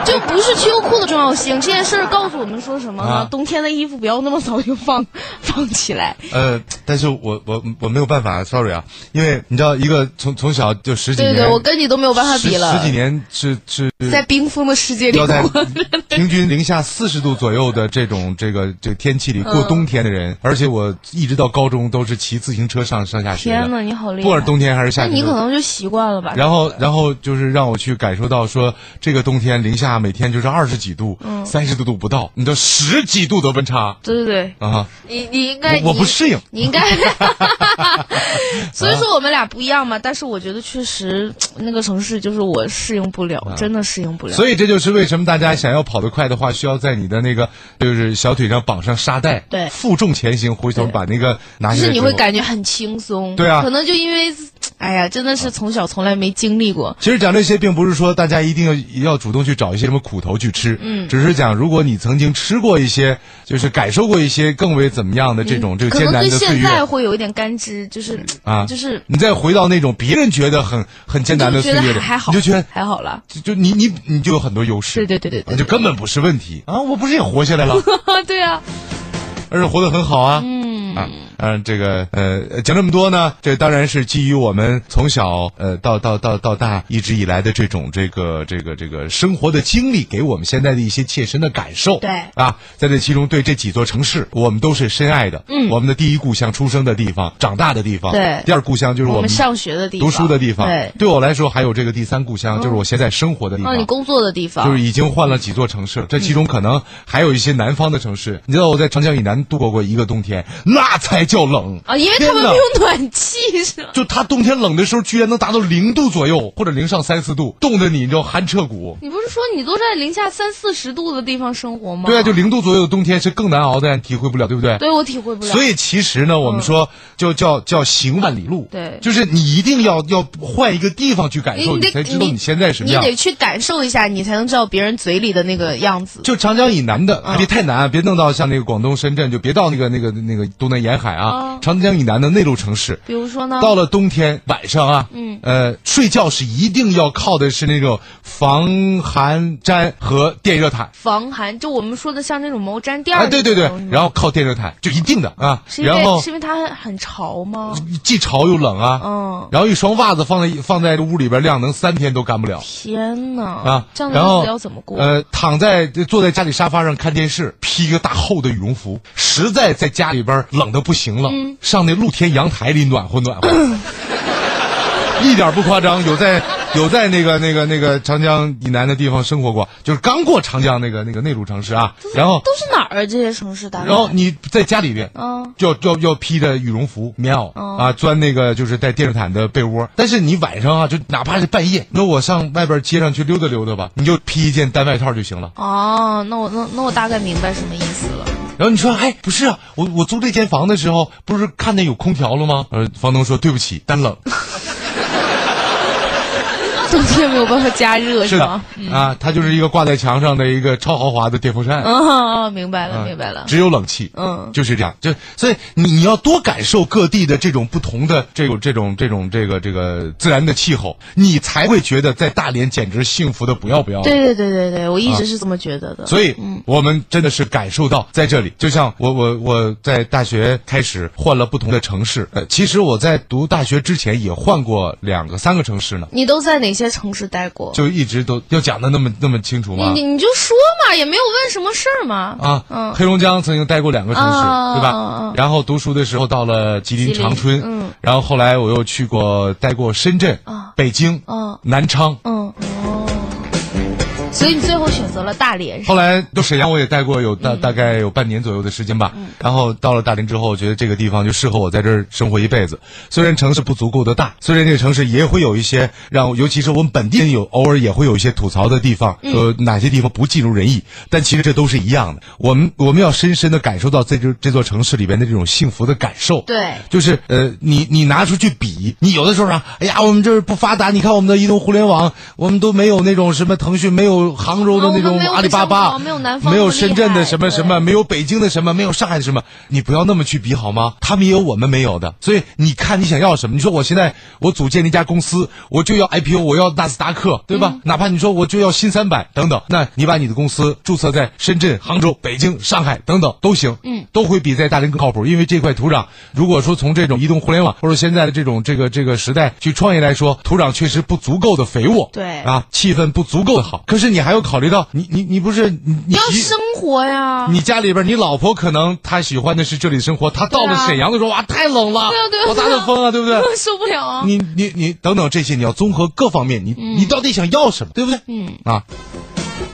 [SPEAKER 2] 就不是秋裤的重要性。这件事儿告诉我们说什么呢？
[SPEAKER 1] 啊
[SPEAKER 2] 冬天的衣服不要那么早就放 [LAUGHS] 放起来。
[SPEAKER 1] 呃，但是我我我没有办法，sorry 啊，因为你知道，一个从从小就十几
[SPEAKER 2] 对
[SPEAKER 1] 年，
[SPEAKER 2] 对，我跟你都没有办法
[SPEAKER 1] 十
[SPEAKER 2] 比了。
[SPEAKER 1] 十几年是是
[SPEAKER 2] 在冰封的世界里
[SPEAKER 1] 要在 [LAUGHS]
[SPEAKER 2] 过。
[SPEAKER 1] 平均零下四十度左右的这种这个这个天气里
[SPEAKER 2] 嗯
[SPEAKER 1] 过冬天的人，而且我一直到高中都是骑自行车上上下学的。
[SPEAKER 2] 天哪，你好厉害！
[SPEAKER 1] 不管是冬天还是夏
[SPEAKER 2] 那
[SPEAKER 1] 天，
[SPEAKER 2] 你可能就习惯了吧？
[SPEAKER 1] 然后，然后就是让我去感受到说，这个冬天零下每天就是二十几度，
[SPEAKER 2] 嗯
[SPEAKER 1] 三十、多度不到，你知道十几度的温差
[SPEAKER 2] 对对对。
[SPEAKER 1] 啊！
[SPEAKER 2] 你你应该
[SPEAKER 1] 我我
[SPEAKER 2] 你
[SPEAKER 1] 不适应啊
[SPEAKER 2] 你
[SPEAKER 1] [LAUGHS]
[SPEAKER 2] 应该，所以说我们俩不一样嘛。但是我觉得确实那个城市就是我适应不了，真的适应不了。
[SPEAKER 1] 啊所以这就是为什么大家想要跑得快的话，需要在你的那个就是小腿上绑上沙袋，
[SPEAKER 2] 对
[SPEAKER 1] 负重前行，回头
[SPEAKER 2] 对
[SPEAKER 1] 把那个拿下来
[SPEAKER 2] 就
[SPEAKER 1] 之后。
[SPEAKER 2] 是你会感觉很轻松，
[SPEAKER 1] 对啊
[SPEAKER 2] 可能就因为，哎呀，真的是从小从来没经历过，
[SPEAKER 1] 其实讲这些，并不是说大家一定要要主动去找一些什么苦头去吃，嗯，只是讲如果你曾经吃过一些，就是感受过一些更为怎么样的这种这个
[SPEAKER 2] 嗯可
[SPEAKER 1] 艰
[SPEAKER 2] 能
[SPEAKER 1] 难
[SPEAKER 2] 对
[SPEAKER 1] 的岁
[SPEAKER 2] 现
[SPEAKER 1] 月
[SPEAKER 2] 在会有一点干支，就是
[SPEAKER 1] 啊
[SPEAKER 2] 就是
[SPEAKER 1] 你再回到那种别人觉得很很艰难的
[SPEAKER 2] 就
[SPEAKER 1] 岁
[SPEAKER 2] 觉
[SPEAKER 1] 月
[SPEAKER 2] 得
[SPEAKER 1] 里，
[SPEAKER 2] 还好，
[SPEAKER 1] 你就觉得
[SPEAKER 2] 还好了，
[SPEAKER 1] 就就你你你就有很多优势，
[SPEAKER 2] 对对对对对
[SPEAKER 1] 就根本不是问题啊！我不是也活下来了，
[SPEAKER 2] [LAUGHS] 对啊，
[SPEAKER 1] 而且活得很好啊，嗯啊。当然，这个呃，讲这么多呢，这当然是基于我们从小呃到到到到大一直以来的这种这个这个这个生活的经历，给我们现在的一些切身的感受。
[SPEAKER 2] 对
[SPEAKER 1] 啊，在这其中对这几座城市，我们都是深爱的。嗯，我们的第一故乡，出生的地方，长大的地方。
[SPEAKER 2] 对
[SPEAKER 1] 第二故乡就是
[SPEAKER 2] 我
[SPEAKER 1] 我
[SPEAKER 2] 们
[SPEAKER 1] 们
[SPEAKER 2] 上学的地方，
[SPEAKER 1] 读书的地方。
[SPEAKER 2] 对，
[SPEAKER 1] 我来说还有这个第三故乡，就是我现在生活的地
[SPEAKER 2] 让你
[SPEAKER 1] 方。
[SPEAKER 2] 工作的地
[SPEAKER 1] 就
[SPEAKER 2] 方
[SPEAKER 1] 是，已经换了几座城市了，这其中可能还有一些南方的城市。你知道我在长江以南度过过一个冬天，那才叫冷
[SPEAKER 2] 啊，因为他
[SPEAKER 1] 天
[SPEAKER 2] 们
[SPEAKER 1] 哪
[SPEAKER 2] 没有暖气是吧？
[SPEAKER 1] 就它冬天冷的时候，居然能达到零度左右，或者零上三四度，冻得你你知道寒彻骨。
[SPEAKER 2] 你不是说你都在零下三四十度的地方生活吗？
[SPEAKER 1] 对啊，就零度左右的冬天是更难熬的，体会不了，对不对？
[SPEAKER 2] 对我体会不了。嗯
[SPEAKER 1] 所以其实呢，我们说就叫叫行万里路，
[SPEAKER 2] 对
[SPEAKER 1] 就是你一定要要换一个地方去感受，你
[SPEAKER 2] 哎得
[SPEAKER 1] 才知道你现在什么样
[SPEAKER 2] 你。得去感受一下，你才能知道别人嘴里的那个样子。啊
[SPEAKER 1] 就长江以南的，别太难，别弄到像那个广东深圳，就别到那个那个那个多东南沿海啊，
[SPEAKER 2] 哦
[SPEAKER 1] 长江以南的内陆城市。
[SPEAKER 2] 比如说呢，
[SPEAKER 1] 到了冬天晚上啊，嗯，呃，睡觉是一定要靠的是那种防寒毡和电热毯。
[SPEAKER 2] 防寒，就我们说的像那种毛毡垫
[SPEAKER 1] 啊，
[SPEAKER 2] 儿那种、
[SPEAKER 1] 对对对，然
[SPEAKER 2] 后
[SPEAKER 1] 后靠电热毯就一定的啊，
[SPEAKER 2] 是因为
[SPEAKER 1] 然后嗯
[SPEAKER 2] 是因为它很潮吗？
[SPEAKER 1] 既潮又冷啊，
[SPEAKER 2] 嗯
[SPEAKER 1] 然后一双袜子放在放在屋里边晾，能三天都干不了
[SPEAKER 2] 天哪！
[SPEAKER 1] 啊。
[SPEAKER 2] 这样的
[SPEAKER 1] 然
[SPEAKER 2] 日
[SPEAKER 1] 后
[SPEAKER 2] 子要怎么过？
[SPEAKER 1] 呃，躺在坐在家里沙发上看电视，披一个大厚的羽绒服，实在在家里边冷的不行了，
[SPEAKER 2] 嗯
[SPEAKER 1] 上那露天阳台里暖和暖
[SPEAKER 2] [LAUGHS]
[SPEAKER 1] 和。一点不夸张，有在有在那个那个那个长江以南的地方生活过，就是刚过长江那个那个内陆城市啊，然后
[SPEAKER 2] 都是哪儿啊？这些城市大概？
[SPEAKER 1] 然后你在家里边，
[SPEAKER 2] 嗯
[SPEAKER 1] 就要要要披着羽绒服、棉袄、啊，钻那个就是带电热毯的被窝。但是你晚上啊，就哪怕是半夜，那我上外边街上去溜达溜达吧，你就披一件单外套就行了。
[SPEAKER 2] 哦，那我那那我大概明白什么意思了。 [LAUGHS]
[SPEAKER 1] 然后你说，哎，不是啊，我我租这间房的时候，不是看见有空调了吗？呃，房东说对不起，单冷。
[SPEAKER 2] 冬天没有办法加热
[SPEAKER 1] 是的
[SPEAKER 2] [LAUGHS] 吗？，
[SPEAKER 1] 啊，它就是一个挂在墙上的一个超豪华的电风扇。
[SPEAKER 2] 哦，明白了，
[SPEAKER 1] 啊
[SPEAKER 2] 明白了。
[SPEAKER 1] 只有冷气，
[SPEAKER 2] 嗯
[SPEAKER 1] 就是这样，就所以你你要多感受各地的这种不同的这种这种这种这个这个自然的气候，你才会觉得在大连简直幸福的不要不要的。
[SPEAKER 2] 对对嗯对对对，我一直是这么觉得的。
[SPEAKER 1] 啊所以，我们真的是感受到在这里，就像我我我在大学开始换了不同的城市，呃，其实我在读大学之前也换过两个三个城市呢，
[SPEAKER 2] 你都在哪些城市待过？
[SPEAKER 1] 就一直都要讲的那么那么清楚吗？
[SPEAKER 2] 你你你就说嘛，也没有问什么事儿嘛。
[SPEAKER 1] 啊，
[SPEAKER 2] 嗯，
[SPEAKER 1] 黑龙江曾经待过两个城市，
[SPEAKER 2] 啊
[SPEAKER 1] 对吧？
[SPEAKER 2] 啊啊
[SPEAKER 1] 然后读书的时候到了吉林
[SPEAKER 2] 吉林
[SPEAKER 1] 长春，
[SPEAKER 2] 嗯，
[SPEAKER 1] 然后后来我又去过待过深圳、
[SPEAKER 2] 啊
[SPEAKER 1] 北京、
[SPEAKER 2] 啊
[SPEAKER 1] 南昌，
[SPEAKER 2] 嗯哦，所以你最后选择了大连。
[SPEAKER 1] 后来到沈阳我也待过有大、大概有半年左右的时间吧。然后到了大连之后，觉得这个地方就适合我在这儿生活一辈子。虽然城市不足够的大，虽然这个城市也会有一些让我，尤其是我们本地人有偶尔也会有一些吐槽的地方，呃，哪些地方不尽如人意，但其实这都是一样的。我们我们要深深的感受到在这这座城市里边的这种幸福的感受。
[SPEAKER 2] 对
[SPEAKER 1] 就是呃，你你拿出去比，你有的时候啊，哎呀，我们这儿不发达，你看我们的移动互联网，我们都没有那种什么腾讯，没有杭州的那种
[SPEAKER 2] 啊我们没有
[SPEAKER 1] 阿里巴
[SPEAKER 2] 香
[SPEAKER 1] 巴，
[SPEAKER 2] 港没有南方
[SPEAKER 1] 没有
[SPEAKER 2] 那么哎
[SPEAKER 1] 深圳的
[SPEAKER 2] 厉害
[SPEAKER 1] 什么什
[SPEAKER 2] 对
[SPEAKER 1] 么，没有北京的什么，没有上海的什么，你不要那么去比好吗？他们也有我们没有的，所以你看你想要什么？你说我现在我组建了一家公司，我就要 IPO，我要纳斯达克，对
[SPEAKER 2] 嗯
[SPEAKER 1] 吧？哪怕你说我就要新三板等等，那你把你的公司注册在深圳、杭州、北京、上海等等都行，嗯，都会比在大连更靠谱，因为这块土壤，如果说从这种移动互联网或者现在的这种这个这个时代去创业来说，土壤确实不足够的肥沃，
[SPEAKER 2] 对
[SPEAKER 1] 啊，气氛不足够的好。可是你还要考虑到，你你你不是你你
[SPEAKER 2] 要
[SPEAKER 1] 急
[SPEAKER 2] 生活呀。
[SPEAKER 1] 你家里边，你老婆可能她喜欢的是这里生活，她到了
[SPEAKER 2] 对啊
[SPEAKER 1] 沈阳的时候，哇，太冷了，
[SPEAKER 2] 对啊对啊
[SPEAKER 1] 多大的风啊，对不
[SPEAKER 2] [LAUGHS]
[SPEAKER 1] 对？
[SPEAKER 2] 受不了啊。
[SPEAKER 1] 你你你等等这些，你要综合各方面，你、
[SPEAKER 2] 嗯
[SPEAKER 1] 你到底想要什么，对不对？嗯啊。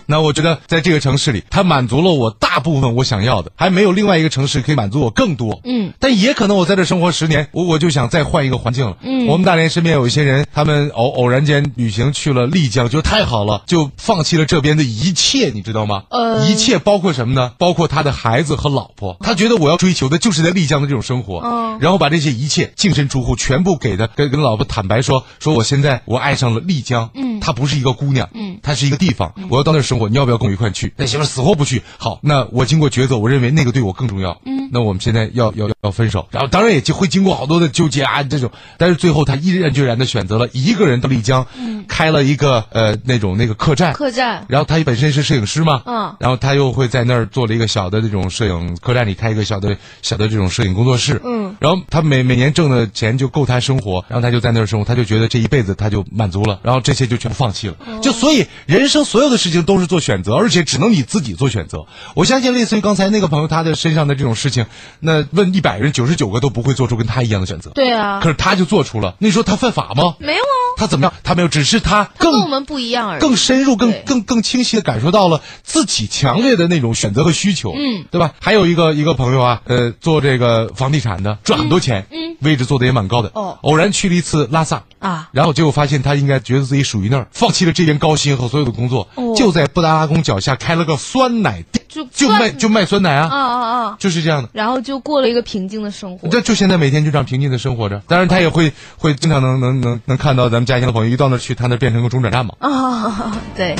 [SPEAKER 1] 那我觉得在这个城市里，它满足了我大部分我想要的，还没有另外一个城市可以满足我更多。
[SPEAKER 2] 嗯，
[SPEAKER 1] 但也可能我在这生活十年，我我就想再换一个环境了。嗯，我们大连身边有一些人，他们偶偶然间旅行去了丽江，觉得太好了，就放弃了这边的一切，你知道吗？
[SPEAKER 2] 呃
[SPEAKER 1] 一切包括什么呢？包括他的孩子和老婆。他觉得我要追求的就是在丽江的这种生活。
[SPEAKER 2] 嗯
[SPEAKER 1] 然后把这些一切净身出户全部给他，跟跟老婆坦白说，说我现在我爱上了丽江，嗯，她不是一个姑娘，嗯，她是一个地方，我要到那儿生活，你要不要跟我一块去？那媳妇儿死活不去，好，那我经过抉择，我认为那个对我更重要，嗯，那我们现在要要要分手，然后当然也就会经过好多的纠结啊这种，但是最后她毅然决然的选择了一个人到丽江，嗯，开了一个呃那种那个客栈，
[SPEAKER 2] 客栈
[SPEAKER 1] 然后他本身是摄影师嘛，
[SPEAKER 2] 嗯
[SPEAKER 1] 然后他又会在那儿做了一个小的这种摄影客栈里开一个小的小的这种摄影工作室，嗯，然后他每每年挣的钱就够他生活，然后他就在那儿生活，他就觉得这一辈子他就满足了，然后这些就全放弃了，
[SPEAKER 2] 嗯
[SPEAKER 1] 就所以人生所有的事情都是做选择，而且只能你自己做选择。我相信类似于刚才那个朋友他的身上的这种事情，那问一百人九十九个都不会做出跟他一样的选择，
[SPEAKER 2] 对啊
[SPEAKER 1] 可，是他就做出了，那你说他犯法吗？
[SPEAKER 2] 没有啊，
[SPEAKER 1] 他怎么样？他没有，只是他
[SPEAKER 2] 他
[SPEAKER 1] 更
[SPEAKER 2] 跟我们不一样而已。
[SPEAKER 1] 更深入、更
[SPEAKER 2] 哎对
[SPEAKER 1] 更更清晰的感受到了自己强烈的那种选择和需求，嗯，对吧？还有一个一个朋友啊，呃，做这个房地产的，赚很多钱，嗯，位置坐的也蛮高的。
[SPEAKER 2] 哦
[SPEAKER 1] 偶然去了一次拉萨
[SPEAKER 2] 啊
[SPEAKER 1] 然后结果发现他应该觉得自己属于那儿，放弃了这边高薪和所有的工作，
[SPEAKER 2] 哦
[SPEAKER 1] 就在布达拉宫脚下开了个酸奶店，
[SPEAKER 2] 就
[SPEAKER 1] 就
[SPEAKER 2] 酸
[SPEAKER 1] 卖就卖酸奶啊，
[SPEAKER 2] 啊啊啊！
[SPEAKER 1] 就是这样的。
[SPEAKER 2] 然后就过了一个平静的生活。
[SPEAKER 1] 这就现在每天就这样平静的生活着，当然他也会会经常能能能能看到咱们家乡的朋友一到那儿去，他那变成个中转站嘛。
[SPEAKER 2] 啊， [LAUGHS] 对，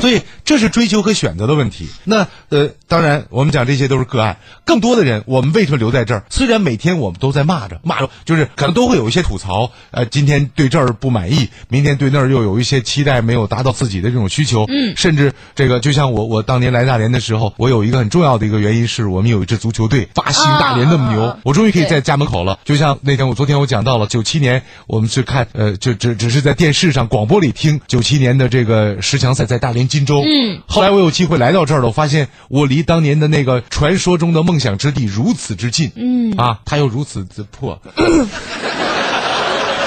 [SPEAKER 1] 所以这是追求和选择的问题。那呃，当然我们讲这些都是个案，更多的人我们为什么留在这儿？虽然每天我们都在骂着骂着，就是可能都会有一些吐槽，呃，今天对这儿不满意，明天对那儿又有一些期待没有达到自己的这种需求，嗯，甚至这个就像我我当年来大连的时候，我有一个很重要的一个原因是我们有一支足球队，巴西大连那么牛，
[SPEAKER 2] 啊啊啊
[SPEAKER 1] 我终于可以在家门口了。就像那天我昨天我讲到了，九七年我们是看呃，就只只是在电视上广播里听九七年的这个十强赛在大连金州。嗯，后来我有机会来到这儿了，我发现我离当年的那个传说中的梦想之地如此之近。嗯，啊，它又如此之破。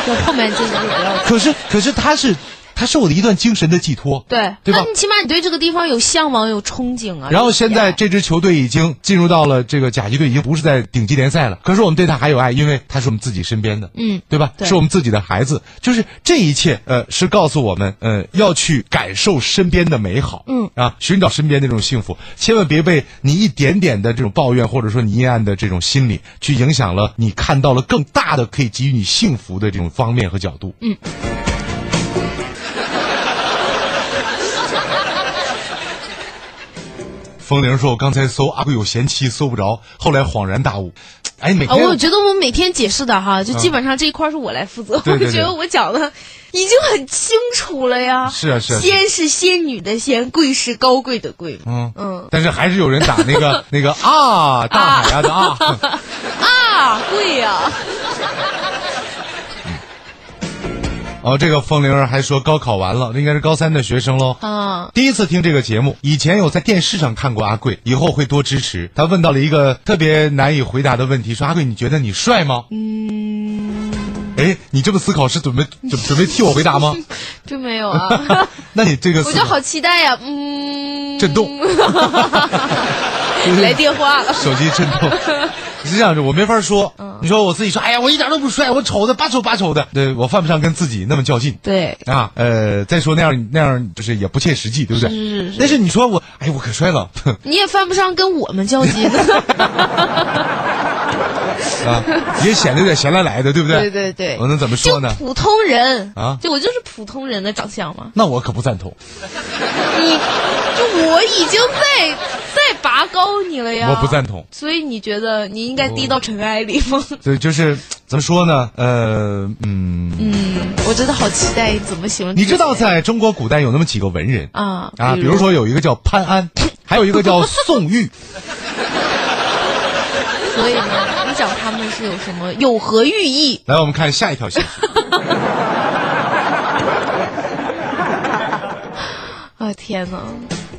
[SPEAKER 2] 就后面就是也要
[SPEAKER 1] 可是可是它是它是我的一段精神的寄托。
[SPEAKER 2] 对
[SPEAKER 1] 对吧
[SPEAKER 2] 那你起码你对这个地方有向往，有憧憬啊。
[SPEAKER 1] 然后现在这支球队已经进入到了这个甲级队，已经不是在顶级联赛了。可是我们对他还有爱，因为他是我们自己身边的，
[SPEAKER 2] 嗯
[SPEAKER 1] 对吧？
[SPEAKER 2] 对
[SPEAKER 1] 是我们自己的孩子，就是这一切，呃，是告诉我们，呃，要去感受身边的美好，
[SPEAKER 2] 嗯
[SPEAKER 1] 啊，寻找身边那种幸福，千万别被你一点点的这种抱怨或者说你阴暗的这种心理去影响了，你看到了更大的可以给予你幸福的这种方面和角度。
[SPEAKER 2] 嗯
[SPEAKER 1] 风铃说：“我刚才搜阿贵有贤妻搜不着，后来恍然大悟，哎，每
[SPEAKER 2] 啊，
[SPEAKER 1] 天、
[SPEAKER 2] 我觉得我每天解释的哈，就基本上这一块儿是我来负责。
[SPEAKER 1] 啊对对对
[SPEAKER 2] 我觉得我讲的已经很清楚了呀。
[SPEAKER 1] 是啊是啊是
[SPEAKER 2] 仙是仙女的仙，贵是高贵的贵嘛。
[SPEAKER 1] 嗯
[SPEAKER 2] 嗯
[SPEAKER 1] 但是还是有人打那
[SPEAKER 2] [LAUGHS]
[SPEAKER 1] 个那个啊，大海啊的啊。
[SPEAKER 2] 啊，贵呀、
[SPEAKER 1] [LAUGHS] 哦，这个风铃儿还说高考完了，应该是高三的学生喽。
[SPEAKER 2] 啊，
[SPEAKER 1] 第一次听这个节目，以前有在电视上看过阿贵，以后会多支持。他问到了一个特别难以回答的问题，说阿贵，你觉得你帅吗？嗯。哎，你这么思考是准备准准备替我回答
[SPEAKER 2] [LAUGHS]
[SPEAKER 1] 吗？
[SPEAKER 2] 真没
[SPEAKER 1] [LAUGHS]
[SPEAKER 2] 有啊。
[SPEAKER 1] 那你这个
[SPEAKER 2] 我
[SPEAKER 1] 思
[SPEAKER 2] 就
[SPEAKER 1] 考
[SPEAKER 2] 好期
[SPEAKER 1] [LAUGHS]
[SPEAKER 2] 待呀、嗯，
[SPEAKER 1] 震动
[SPEAKER 2] [LAUGHS] 来电话了，
[SPEAKER 1] 手机震动。
[SPEAKER 2] [LAUGHS]
[SPEAKER 1] 是这样子，我没法说。
[SPEAKER 2] 嗯
[SPEAKER 1] 你说我自己说，哎呀，我一点都不帅，我丑的吧丑吧丑的。对我犯不上跟自己那么较劲。
[SPEAKER 2] 对，
[SPEAKER 1] 啊，呃，再说那样那样就是也不切实际，对不对？
[SPEAKER 2] 是是
[SPEAKER 1] 但是你说我，哎，我可帅了 [LAUGHS]
[SPEAKER 2] 你也犯不上跟我们较劲，
[SPEAKER 1] 啊，也显得有点闲来来的，对不对？
[SPEAKER 2] 对对对，
[SPEAKER 1] 我能怎么说呢
[SPEAKER 2] 就？普通人
[SPEAKER 1] 啊
[SPEAKER 2] 就我就是普通人的长相嘛。
[SPEAKER 1] 那我可不赞同，
[SPEAKER 2] 你就我已经在在拔高你了呀，
[SPEAKER 1] 我不赞同。
[SPEAKER 2] 所以你觉得你应该低到尘埃里吗？
[SPEAKER 1] 对，就是怎么说呢？呃，嗯，
[SPEAKER 2] [LAUGHS] 我真的好期待你怎么形容这
[SPEAKER 1] 你
[SPEAKER 2] 些。
[SPEAKER 1] 知道在中国古代有那么几个文人
[SPEAKER 2] 啊
[SPEAKER 1] 啊，比如说有一个叫潘安，
[SPEAKER 2] [LAUGHS]
[SPEAKER 1] 还有一个叫宋玉。
[SPEAKER 2] 所以呢，你讲他们是有什么有何寓意？
[SPEAKER 1] 来，我们看下一条
[SPEAKER 2] [LAUGHS]
[SPEAKER 1] 信息。
[SPEAKER 2] 啊天哪，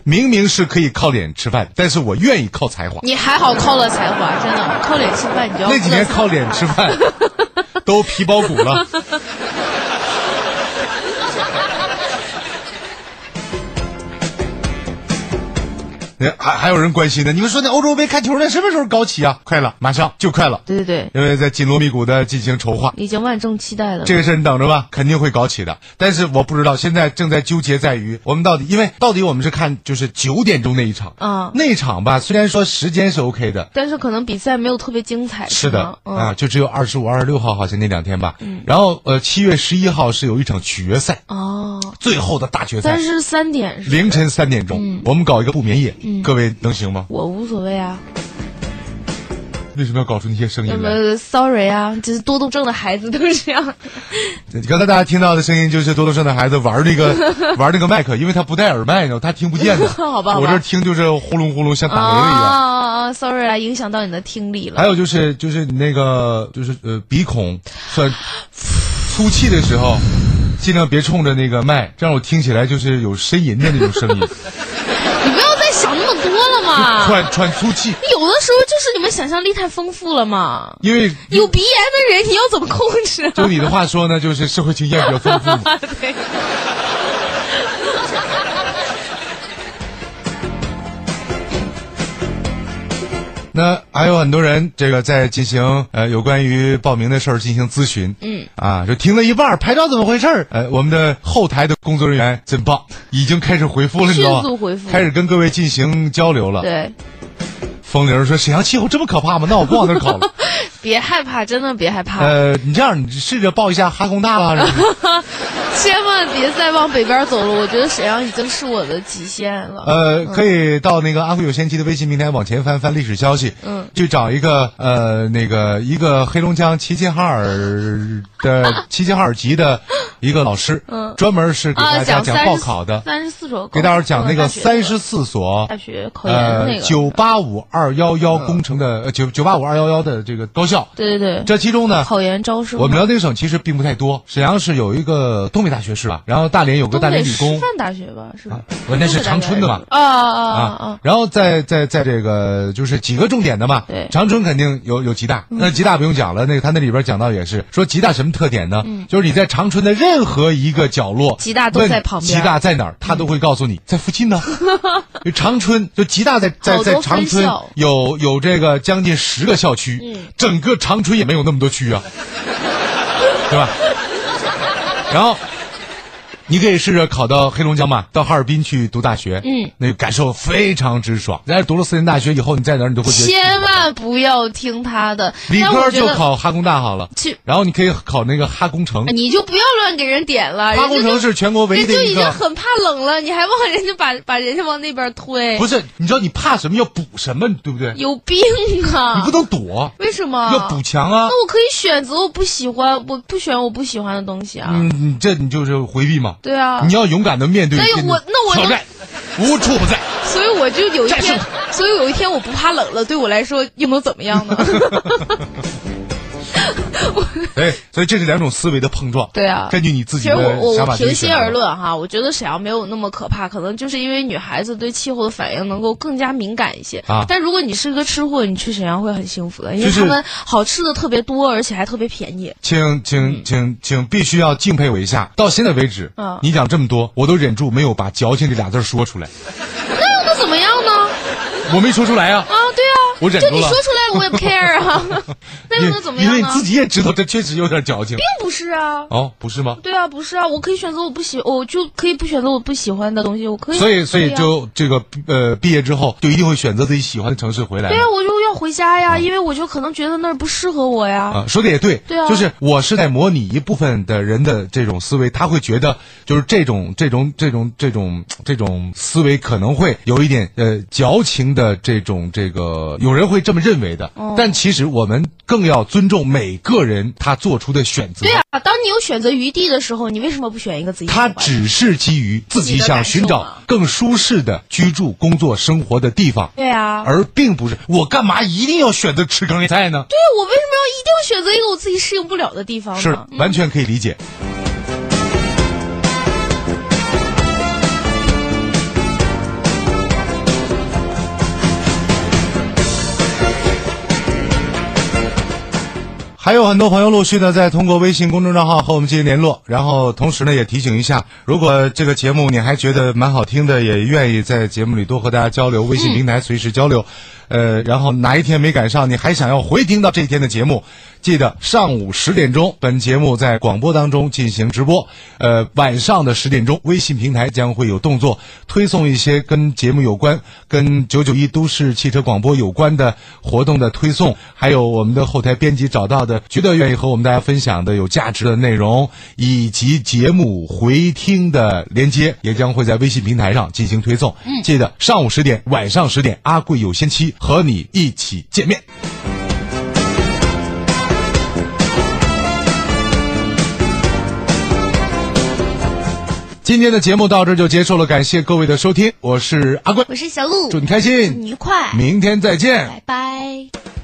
[SPEAKER 1] 明明是可以靠脸吃饭，但是我愿意靠才华。
[SPEAKER 2] 你还好靠了才华，真的靠脸吃饭，你就要
[SPEAKER 1] 那几年
[SPEAKER 2] 饿死
[SPEAKER 1] 靠脸吃饭，都皮包骨了。哎还还有人关心呢，你们说那欧洲杯开球那什么时候搞起啊？快了，马上就快了，
[SPEAKER 2] 对对对，
[SPEAKER 1] 因为在紧锣密鼓的进行筹划。
[SPEAKER 2] 已经万众期待了。
[SPEAKER 1] 这个事儿你等着吧，肯定会搞起的。但是我不知道，现在正在纠结在于我们到底，因为到底我们是看就是九点钟那一场，
[SPEAKER 2] 啊
[SPEAKER 1] 那一场吧，虽然说时间是 OK 的，
[SPEAKER 2] 但是可能比赛没有特别精彩，
[SPEAKER 1] 是
[SPEAKER 2] 吗
[SPEAKER 1] 的，
[SPEAKER 2] 嗯、
[SPEAKER 1] 啊，就只有二十五、二十六号好像那两天吧。然后呃，七月十一号是有一场决赛，
[SPEAKER 2] 哦，
[SPEAKER 1] 最后的大决赛
[SPEAKER 2] 三，十三点是，嗯
[SPEAKER 1] 凌晨三点钟，我们搞一个不眠夜，各位能行吗？
[SPEAKER 2] 我无所谓啊，
[SPEAKER 1] 为什么要搞出那些声
[SPEAKER 2] 那
[SPEAKER 1] 音来？
[SPEAKER 2] 么 sorry 啊，就是多动症的孩子都是这样。
[SPEAKER 1] 刚才大家听到的声音就是多多生的孩子玩那
[SPEAKER 2] [LAUGHS]
[SPEAKER 1] 个玩那个麦克，因为他不戴耳麦呢，他听不见的。
[SPEAKER 2] 好吧好吧
[SPEAKER 1] 我这听就是呼隆呼隆像打
[SPEAKER 2] 啊
[SPEAKER 1] 雷了一样。
[SPEAKER 2] 啊啊！Sorry 啊，影响到你的听力了。
[SPEAKER 1] 还有就是就是你那个就是呃鼻孔算粗气的时候，尽量别冲着那个麦，这样我听起来就是有呻吟的那种声音。哎
[SPEAKER 2] 你不要再想那么多了嘛！
[SPEAKER 1] 喘喘粗气，
[SPEAKER 2] 有的时候就是你们想象力太丰富了嘛。
[SPEAKER 1] 因为
[SPEAKER 2] 有鼻炎的人，你要怎么控制、 [LAUGHS] 啊？
[SPEAKER 1] 就你的话说呢，就是社会经验比较丰富嘛。
[SPEAKER 2] 对，
[SPEAKER 1] 那还有很多人这个在进行呃有关于报名的事儿进行咨询，
[SPEAKER 2] 嗯
[SPEAKER 1] 啊，就听了一半儿，牌照怎么回事儿？呃，我们的后台的工作人员真棒，已经开始回复了，你知道吗？
[SPEAKER 2] 迅速回复
[SPEAKER 1] 开始跟各位进行交流了。
[SPEAKER 2] 对，
[SPEAKER 1] 风铃说：“沈阳气候这么可怕吗？那我不往那儿考了。 [LAUGHS]
[SPEAKER 2] 别害怕，真的别害怕，
[SPEAKER 1] 呃，你这样，你试着报一下哈工大啦，什么的
[SPEAKER 2] 千万别再往北边走了。我觉得沈阳已经是我的极限了。
[SPEAKER 1] 呃，可以到那个阿辉有仙妻的微信平台往前翻翻历史消息，
[SPEAKER 2] 嗯，
[SPEAKER 1] 去找一个呃那个一个黑龙江齐齐哈尔的齐齐哈尔籍的一个老师，
[SPEAKER 2] 嗯
[SPEAKER 1] 专门是给大
[SPEAKER 2] 啊，
[SPEAKER 1] 家
[SPEAKER 2] 讲
[SPEAKER 1] 讲报考的，
[SPEAKER 2] 三十四首，
[SPEAKER 1] 给大家讲那个三十
[SPEAKER 2] 大学
[SPEAKER 1] 四所
[SPEAKER 2] 大学考研的那
[SPEAKER 1] 呃
[SPEAKER 2] 个
[SPEAKER 1] 九八五二幺幺工程的呃九九八五二幺幺的这个高校，
[SPEAKER 2] 对对对，
[SPEAKER 1] 这其中呢，
[SPEAKER 2] 考研招生嘛，
[SPEAKER 1] 我们辽宁省其实并不太多，沈阳是有一个东北大学是吧？然后大连有个
[SPEAKER 2] 东
[SPEAKER 1] 大
[SPEAKER 2] 北
[SPEAKER 1] 连理工啊
[SPEAKER 2] 师，范大学吧，是吧？
[SPEAKER 1] 我那是长春的嘛。
[SPEAKER 2] 啊啊啊
[SPEAKER 1] 啊
[SPEAKER 2] 啊！，
[SPEAKER 1] 然后在在在这个就是几个重点的嘛，
[SPEAKER 2] 对嗯
[SPEAKER 1] 长春肯定有有吉大，那吉大不用讲了，那个他那里边讲到也是说吉大什么特点呢？就是你在长春的任何一个角落，
[SPEAKER 2] 嗯吉大都
[SPEAKER 1] 问
[SPEAKER 2] 在旁边嗯
[SPEAKER 1] 吉大在哪儿，他都会告诉你在附近呢。
[SPEAKER 2] [LAUGHS]
[SPEAKER 1] 就长春就吉大在在
[SPEAKER 2] 好多
[SPEAKER 1] 在
[SPEAKER 2] 分
[SPEAKER 1] 长春
[SPEAKER 2] 校嗯
[SPEAKER 1] 有有这个将近十个校区，整个长春也没有那么多区
[SPEAKER 2] [LAUGHS]
[SPEAKER 1] 啊，对吧？然后。你可以试着考到黑龙江嘛，到哈尔滨去读大学，
[SPEAKER 2] 嗯，
[SPEAKER 1] 那个感受非常之爽。在那读了四年大学以后，你在哪儿你都会觉得
[SPEAKER 2] 千万不要听他的，
[SPEAKER 1] 理
[SPEAKER 2] 但
[SPEAKER 1] 科
[SPEAKER 2] 我觉
[SPEAKER 1] 就
[SPEAKER 2] 得
[SPEAKER 1] 考哈工大好了
[SPEAKER 2] 去，哎
[SPEAKER 1] 然后你可以考那个哈工程，
[SPEAKER 2] 你就不要乱给人点了。
[SPEAKER 1] 哈工
[SPEAKER 2] 人家
[SPEAKER 1] 程
[SPEAKER 2] 就是
[SPEAKER 1] 全国唯一
[SPEAKER 2] 人
[SPEAKER 1] 的
[SPEAKER 2] 就
[SPEAKER 1] 一
[SPEAKER 2] 已经
[SPEAKER 1] 个，
[SPEAKER 2] 很怕冷了，你还往人家把 [LAUGHS] 把人家往那边推，
[SPEAKER 1] 不是？你知道你怕什么要补什么，对不对？
[SPEAKER 2] 有病
[SPEAKER 1] 你
[SPEAKER 2] 啊
[SPEAKER 1] 不！能躲，
[SPEAKER 2] 为什么
[SPEAKER 1] 要补强啊。
[SPEAKER 2] 那我可以选择我不喜欢，我不选我不喜欢的东西啊。
[SPEAKER 1] 嗯，你这你就是回避嘛。
[SPEAKER 2] 对啊
[SPEAKER 1] 你要勇敢的面对
[SPEAKER 2] 那
[SPEAKER 1] 这个
[SPEAKER 2] 我那我
[SPEAKER 1] 挑
[SPEAKER 2] 能
[SPEAKER 1] 战，无处
[SPEAKER 2] [LAUGHS]
[SPEAKER 1] 不在。
[SPEAKER 2] 所以我就有一
[SPEAKER 1] 战
[SPEAKER 2] 天，所以有一天我不怕冷了，对我来说又能怎么
[SPEAKER 1] [LAUGHS]
[SPEAKER 2] 样呢？
[SPEAKER 1] 对，哎所以这是两种思维的碰撞。
[SPEAKER 2] 对啊
[SPEAKER 1] 根据你自己
[SPEAKER 2] 其实我
[SPEAKER 1] 的
[SPEAKER 2] 我
[SPEAKER 1] 想
[SPEAKER 2] 我
[SPEAKER 1] 法
[SPEAKER 2] 平
[SPEAKER 1] 去
[SPEAKER 2] 心
[SPEAKER 1] 选
[SPEAKER 2] 而
[SPEAKER 1] 择。
[SPEAKER 2] 论哈，我觉得沈阳没有那么可怕，可能就是因为女孩子对气候的反应能够更加敏感一些。
[SPEAKER 1] 啊
[SPEAKER 2] 但如果你是个吃货，你去沈阳会很幸福的，因为
[SPEAKER 1] 就是
[SPEAKER 2] 他们好吃的特别多，而且还特别便宜。
[SPEAKER 1] 请请请请，必须要敬佩我一下。到现在为止，
[SPEAKER 2] 嗯
[SPEAKER 1] 你讲这么多，我都忍住没有把“矫情”这俩字儿说出来，
[SPEAKER 2] 那那怎么样呢？
[SPEAKER 1] 我没说出来啊。
[SPEAKER 2] 啊，对啊，
[SPEAKER 1] 我忍
[SPEAKER 2] 就
[SPEAKER 1] 住
[SPEAKER 2] 你
[SPEAKER 1] 了
[SPEAKER 2] 说出来了，我也不 care
[SPEAKER 1] [LAUGHS]
[SPEAKER 2] 啊。那又能怎么
[SPEAKER 1] 因
[SPEAKER 2] 样
[SPEAKER 1] 为
[SPEAKER 2] 呢
[SPEAKER 1] 你？自己也知道，这确实有点矫情。
[SPEAKER 2] 并不是啊。
[SPEAKER 1] 哦，不是吗？
[SPEAKER 2] 对啊，不是啊，我可以选择我不喜，我就可以不选择我不喜欢的东西，我可以。
[SPEAKER 1] 所以所
[SPEAKER 2] 对
[SPEAKER 1] 以
[SPEAKER 2] 啊
[SPEAKER 1] 就这个呃，毕业之后就一定会选择自己喜欢的城市回来
[SPEAKER 2] 对
[SPEAKER 1] 吗。
[SPEAKER 2] 啊，我就要回家呀，因为我就可能觉得那儿不适合我呀。
[SPEAKER 1] 啊，说的也对，
[SPEAKER 2] 对啊
[SPEAKER 1] 就是我是在模拟一部分的人的这种思维，他会觉得就是这种这种这种这种这种思维可能会有一点呃矫情的这种这个，有人会这么认为的，
[SPEAKER 2] 哦
[SPEAKER 1] 但其实我们更要尊重每个人他做出的选择。
[SPEAKER 2] 对啊，当你有选择余地的时候，你为什么不选一个自己喜
[SPEAKER 1] 他
[SPEAKER 2] 欢的？
[SPEAKER 1] 只是基于自己想寻
[SPEAKER 2] 自己的感
[SPEAKER 1] 找
[SPEAKER 2] 受嘛
[SPEAKER 1] 更舒适的居住、工作、生活的地方，
[SPEAKER 2] 对啊，
[SPEAKER 1] 而并不是我干嘛一定要选择吃糠咽菜呢？
[SPEAKER 2] 对啊我为什么要一定要选择一个我自己适应不了的地方呢？
[SPEAKER 1] 是
[SPEAKER 2] 嗯
[SPEAKER 1] 完全可以理解。还有很多朋友陆续的在通过微信公众账号和我们进行联络，然后同时呢也提醒一下，如果这个节目你还觉得蛮好听的，也愿意在节目里多和大家交流，微信平台随时交流。呃，然后哪一天没赶上，你还想要回听到这一天的节目，记得上午十点钟，本节目在广播当中进行直播。呃，晚上的十点钟，微信平台将会有动作推送一些跟节目有关、跟九九一都市汽车广播有关的活动的推送，还有我们的后台编辑找到的觉得愿意和我们大家分享的有价值的内容，以及节目回听的连接，也将会在微信平台上进行推送。嗯，记得上午十点、晚上十点，阿贵有仙妻和你一起见面。今天的节目到这儿就结束了，感谢各位的收听，我是阿贵，
[SPEAKER 2] 我是小鹿嗯
[SPEAKER 1] 祝，你开心，
[SPEAKER 2] 你愉快，
[SPEAKER 1] 明天再见。
[SPEAKER 2] 拜拜。